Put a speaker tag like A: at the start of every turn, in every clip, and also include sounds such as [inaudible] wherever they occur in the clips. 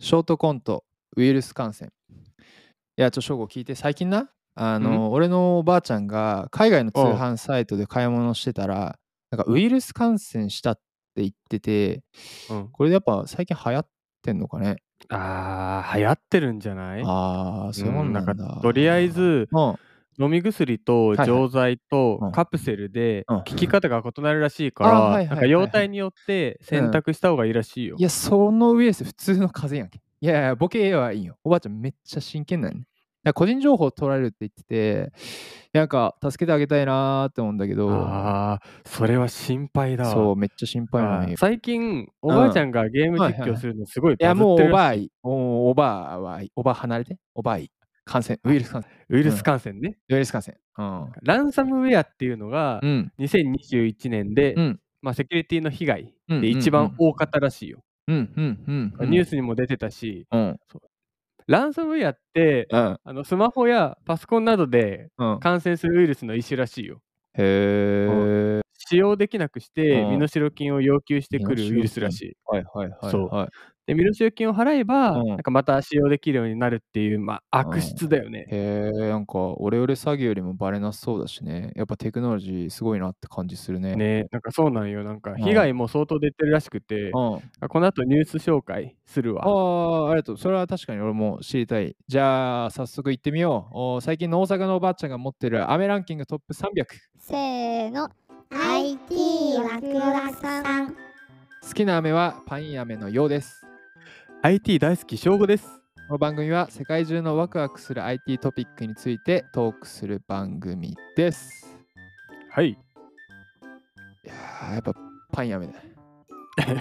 A: ショートコント、ウイルス感染。いや、ちょ、省吾聞いて、最近な、あの、俺のおばあちゃんが海外の通
B: おう
A: 販サイトで買い物してたら、なんかウイルス感染したって言ってて、
B: うん、
A: これやっぱ最近流行ってんのかね。
B: ああ流行ってるんじゃない
A: ああ、そういうもんなんだ。
B: うんかとりあえず
A: うん、
B: 飲み薬と
A: はい
B: 錠剤と
A: うん
B: カプセルで
A: うん
B: 効き方が異なるらしいか
A: あーはいはい
B: ら
A: は
B: なんか
A: いはい
B: 容体によって選択した方がいいらしいよ
A: い。や、そのウイルス普通の風邪やんけ。いやいや、ボケはいいよ。おばあちゃんめっちゃ真剣なんね。だから個人情報取られるって言ってて、いやなんか助けてあげたいなーって思うんだけど、
B: ああそれは心配だわ
A: そう、めっちゃ心配なん
B: あー
A: よ。
B: 最近おばあちゃんがゲーム
A: はい
B: 実
A: はいは
B: 況
A: い
B: するのすごい
A: いや、
B: バズ
A: も
B: っ
A: う
B: て
A: お
B: るらしい
A: ばあい、おおばあはい、おばあ離れて、おばあい、感染、ウイルス感染、
B: ウイルス感染ね
A: ウイルス感染。うん。
B: ランサムウェアっていうのが
A: うん。
B: 2021年で
A: うん
B: まあセキュリティの被害
A: うん
B: で一番多かったらしいよ
A: うん。うん。うん。うん
B: ニュー。スにも出てたし
A: うん。
B: ランサムウェアって
A: うん。
B: あのスマホやパソコンなどで
A: うん。
B: 感染するウイルスの一種らしいよ。
A: へえ。
B: 使用できなくして
A: うん
B: 身代金を要求してくるウイルスらしい。
A: はいはいはい。
B: そう
A: はい。
B: で身代金を払えば、
A: うん
B: なんかまた使用できるようになるっていう、まあ、
A: うん
B: 悪質だよね。
A: へえ、なんか、オレオレ詐欺よりもバレなそうだしね。やっぱテクノロジーすごいなって感じするね。
B: ねなんかそうなんよ。なんか
A: ん
B: 被害も相当出てるらしくて、
A: うん。あ
B: この後ニュース紹介するわ。
A: あ、ありがとう。それは確かに俺も知りたい。じゃあ、早速行ってみよう。お最近の大阪のおばあちゃんが持ってるアメランキングトップ300。
C: せーの IT ワクワクさん
A: 好きな飴はパイン飴のようです。
B: IT 大好き、正吾です。
A: この番組は世界中のワクワクする IT トピックについてトークする番組です。
B: はい。
A: [laughs] いやー、やっぱパイン飴だ。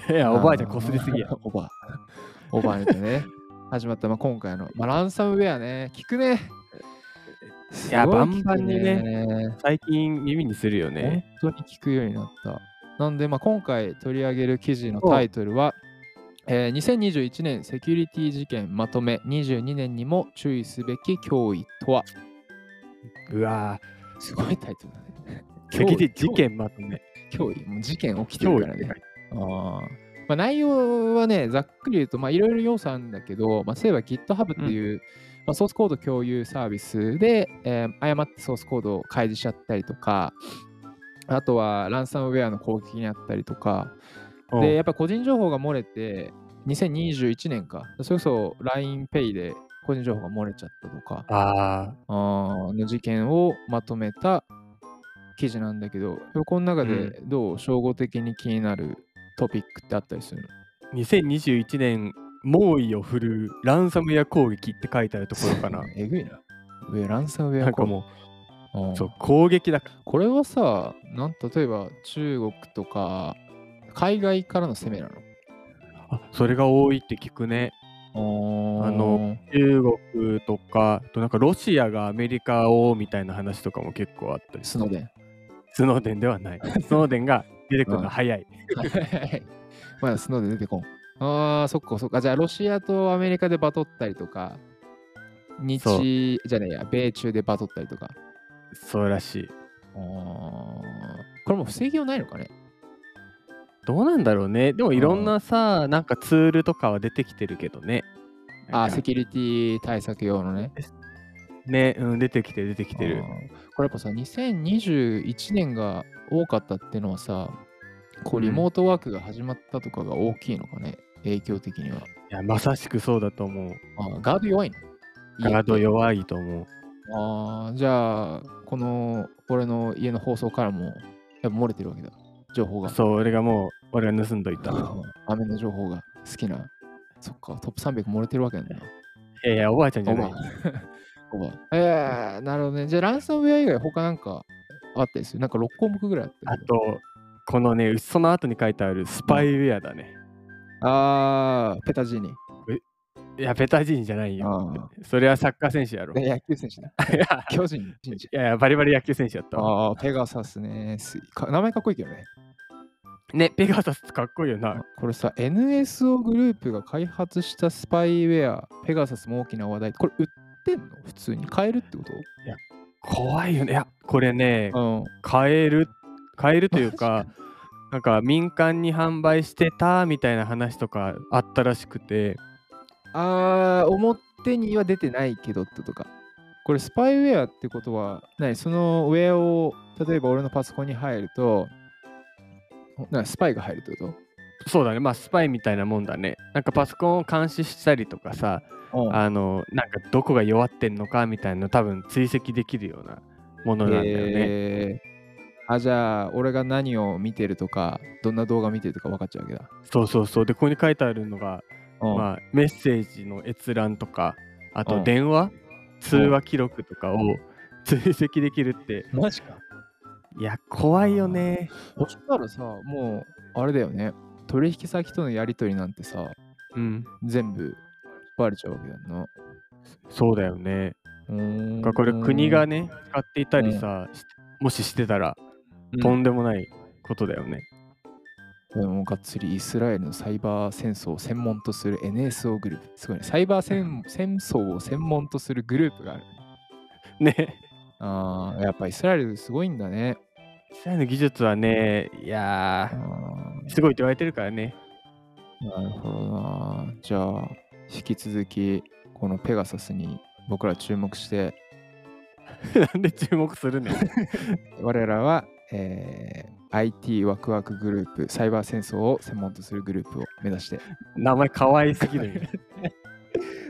B: いや、おばあちゃんこすり
A: [laughs]
B: すぎや。。
A: おばあ。おばあにてね。始まった、まあ、今回の、まあ、ランサムウェアね。聞くね。
B: いや
A: すご
B: バンバンに
A: 聞
B: ね
A: くね。
B: 最近耳にするよ
A: 本
B: ね。
A: 当に聞くようになった。なんで、まあ、今回取り上げる記事のタイトルは、えー2021年セキュリティ事件まとめ22年にも注意すべき脅威とは
B: うわぁ、
A: すごいタイトルだね。
B: セキュリティ事件まとめ。
A: 脅威もう事件起きて
B: 今
A: るか
B: 日
A: らね。あーまあ、内容はね、ざっくり言うと、まあ、いろいろ要素あるんだけど、まあ、例えば GitHub っていう、まあ、ソースコード共有サービスで、えー誤ってソースコードを開示しちゃったりとか、あとはランサムウェアの攻撃にあったりとか、で、やっぱ個人情報が漏れて、2021年か、それこそ LINEPay で個人情報が漏れちゃったとか、
B: あ
A: あーの事件をまとめた記事なんだけど、この中でどう、総合的に気になるトピックってあったりするの
B: あ、2021年猛威を振るうランサムウェア攻撃って書いてあるところかな。。
A: [laughs] えぐいな。ウェランサムウェア
B: なんかも
A: 攻撃
B: う、そう、攻撃だか
A: うんこれはさ、なん例えば中国とか海外からの攻めなの
B: ら、あそれが多いって聞くね。
A: あ
B: あの、中国とか、あとなんかロシアがアメリカをみたいな話とかも結構あったり
A: スノーデン。
B: スノーデンで
A: [laughs]
B: はない。スノーデンが出てくるの早い。 [laughs]
A: まだスノーデン出てこん。ああ、そっかそっか。じゃあ、ロシアとアメリカでバトったりとか、
B: そう
A: 日、じゃねえや、米中でバトったりとか。
B: そうらしい。
A: あーこれもう防ぎようないのかね
B: どうなんだろうね。でもいろんなさ、なんかツールとかは出てきてるけどね。
A: あ
B: なん
A: ー
B: か
A: セキュリティ対策用のね。
B: ね、うん、出てきてる出てきて
A: あ
B: る
A: ー。これやっぱさ、2021年が多かったっていうのはさ、こう
B: うん
A: リモートワークが始まったとかが大きいのかね、影響的には。
B: いや、まさしくそうだと思う。
A: あーガード弱いの
B: ガード。弱いと思う。
A: 家あーじゃあ、この俺の家の放送からも、やっぱ漏れてるわけだ、情報が。
B: そう、俺がもう、俺が盗んどいた。 [laughs]
A: 雨の情報が好きな。そっか、トップ300漏れてるわけなんだな。
B: いやいや、おばあちゃんじゃない。
A: おば。 [laughs] えー、なるほどね。じゃあ、ランサムウェア以外、他なんかあったりするなんか6項目ぐらいあった
B: あ
A: けど。
B: と、このね、その後に書いてあるスパイウェアだね。
A: あー、ペタジーニ。
B: いや、ペタジーンじゃない
A: あ
B: よ。それはサッカー選手やろ。い
A: え野球選手 [laughs] だ。
B: や
A: 巨人、人事。
B: [laughs] いや、バリバリ野球選手やったわ。
A: あー、ペガサスね。すか名前かっこいいけどね。
B: ね、ペガサスかっこいいよな。
A: これさ、NSO グループが開発したスパイウェア、ペガサスも大きな話題。これ売ってんの普通に。買えるってこと
B: 怖いよね。いや、これね、
A: うん。
B: 買え [laughs] る、買えるというか、なんか民間に販売してたみたいな話とかあったらしくて、
A: あー、表には出てないけどってとか。これスパイウェアってことは、何そのウェアを、例えば俺のパソコンに入ると、なスパイが入るってこ
B: そうだね、まあスパイみたいなもんだね。なんかパソコンを監視したりとかさ、
A: と、うん
B: あの、なんかどこが弱ってんのかみたいなの多分追跡できるようなものなんだよね。
A: えーあ、じゃあ、俺が何を見てるとか、どんな動画見てるとか分かっちゃうわけだ。
B: そうそうそう。で、ここに書いてあるのが、
A: うん
B: まあメッセージの閲覧とか、あ
A: う
B: と
A: ん
B: 電話、通話記録とかを追跡できるって、
A: マジか。
B: いや、怖いよね。
A: そしたらさ、もう、あれだよね。取引先とのやりとりなんてさ、
B: うん、
A: 全部バレちゃうわけだな。
B: そうだよね。
A: うーん
B: これ国がね、使っていたりさ、しもししてたら、
A: うん
B: とんでもないことだよね。 [laughs]
A: でもがっつりイスラエルのサイバー戦争を専門とする NSO グループ。すごいね。サイバー戦戦争を専門とするグループがある。
B: ね。
A: あーやっぱイスラエルすごいんだね。
B: 実際の技術はね、い
A: あ
B: や
A: ー
B: ー、すごいって言われてるからね。 [laughs]
A: なるほどな。じゃあ、引き続き、このペガサスに僕ら注目して、
B: なんで注目するの
A: 我らは、えー IT ワクワクグループ、サイバー戦争を専門とするグループを目指して。
B: 名前かわいすぎるよ。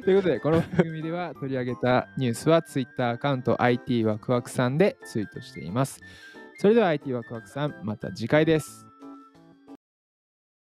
A: ということで、この番組では取り上げたニュースは Twitter アカウント IT ワクワクさんでツイートしています。それでは IT ワクワクさん、また次回です。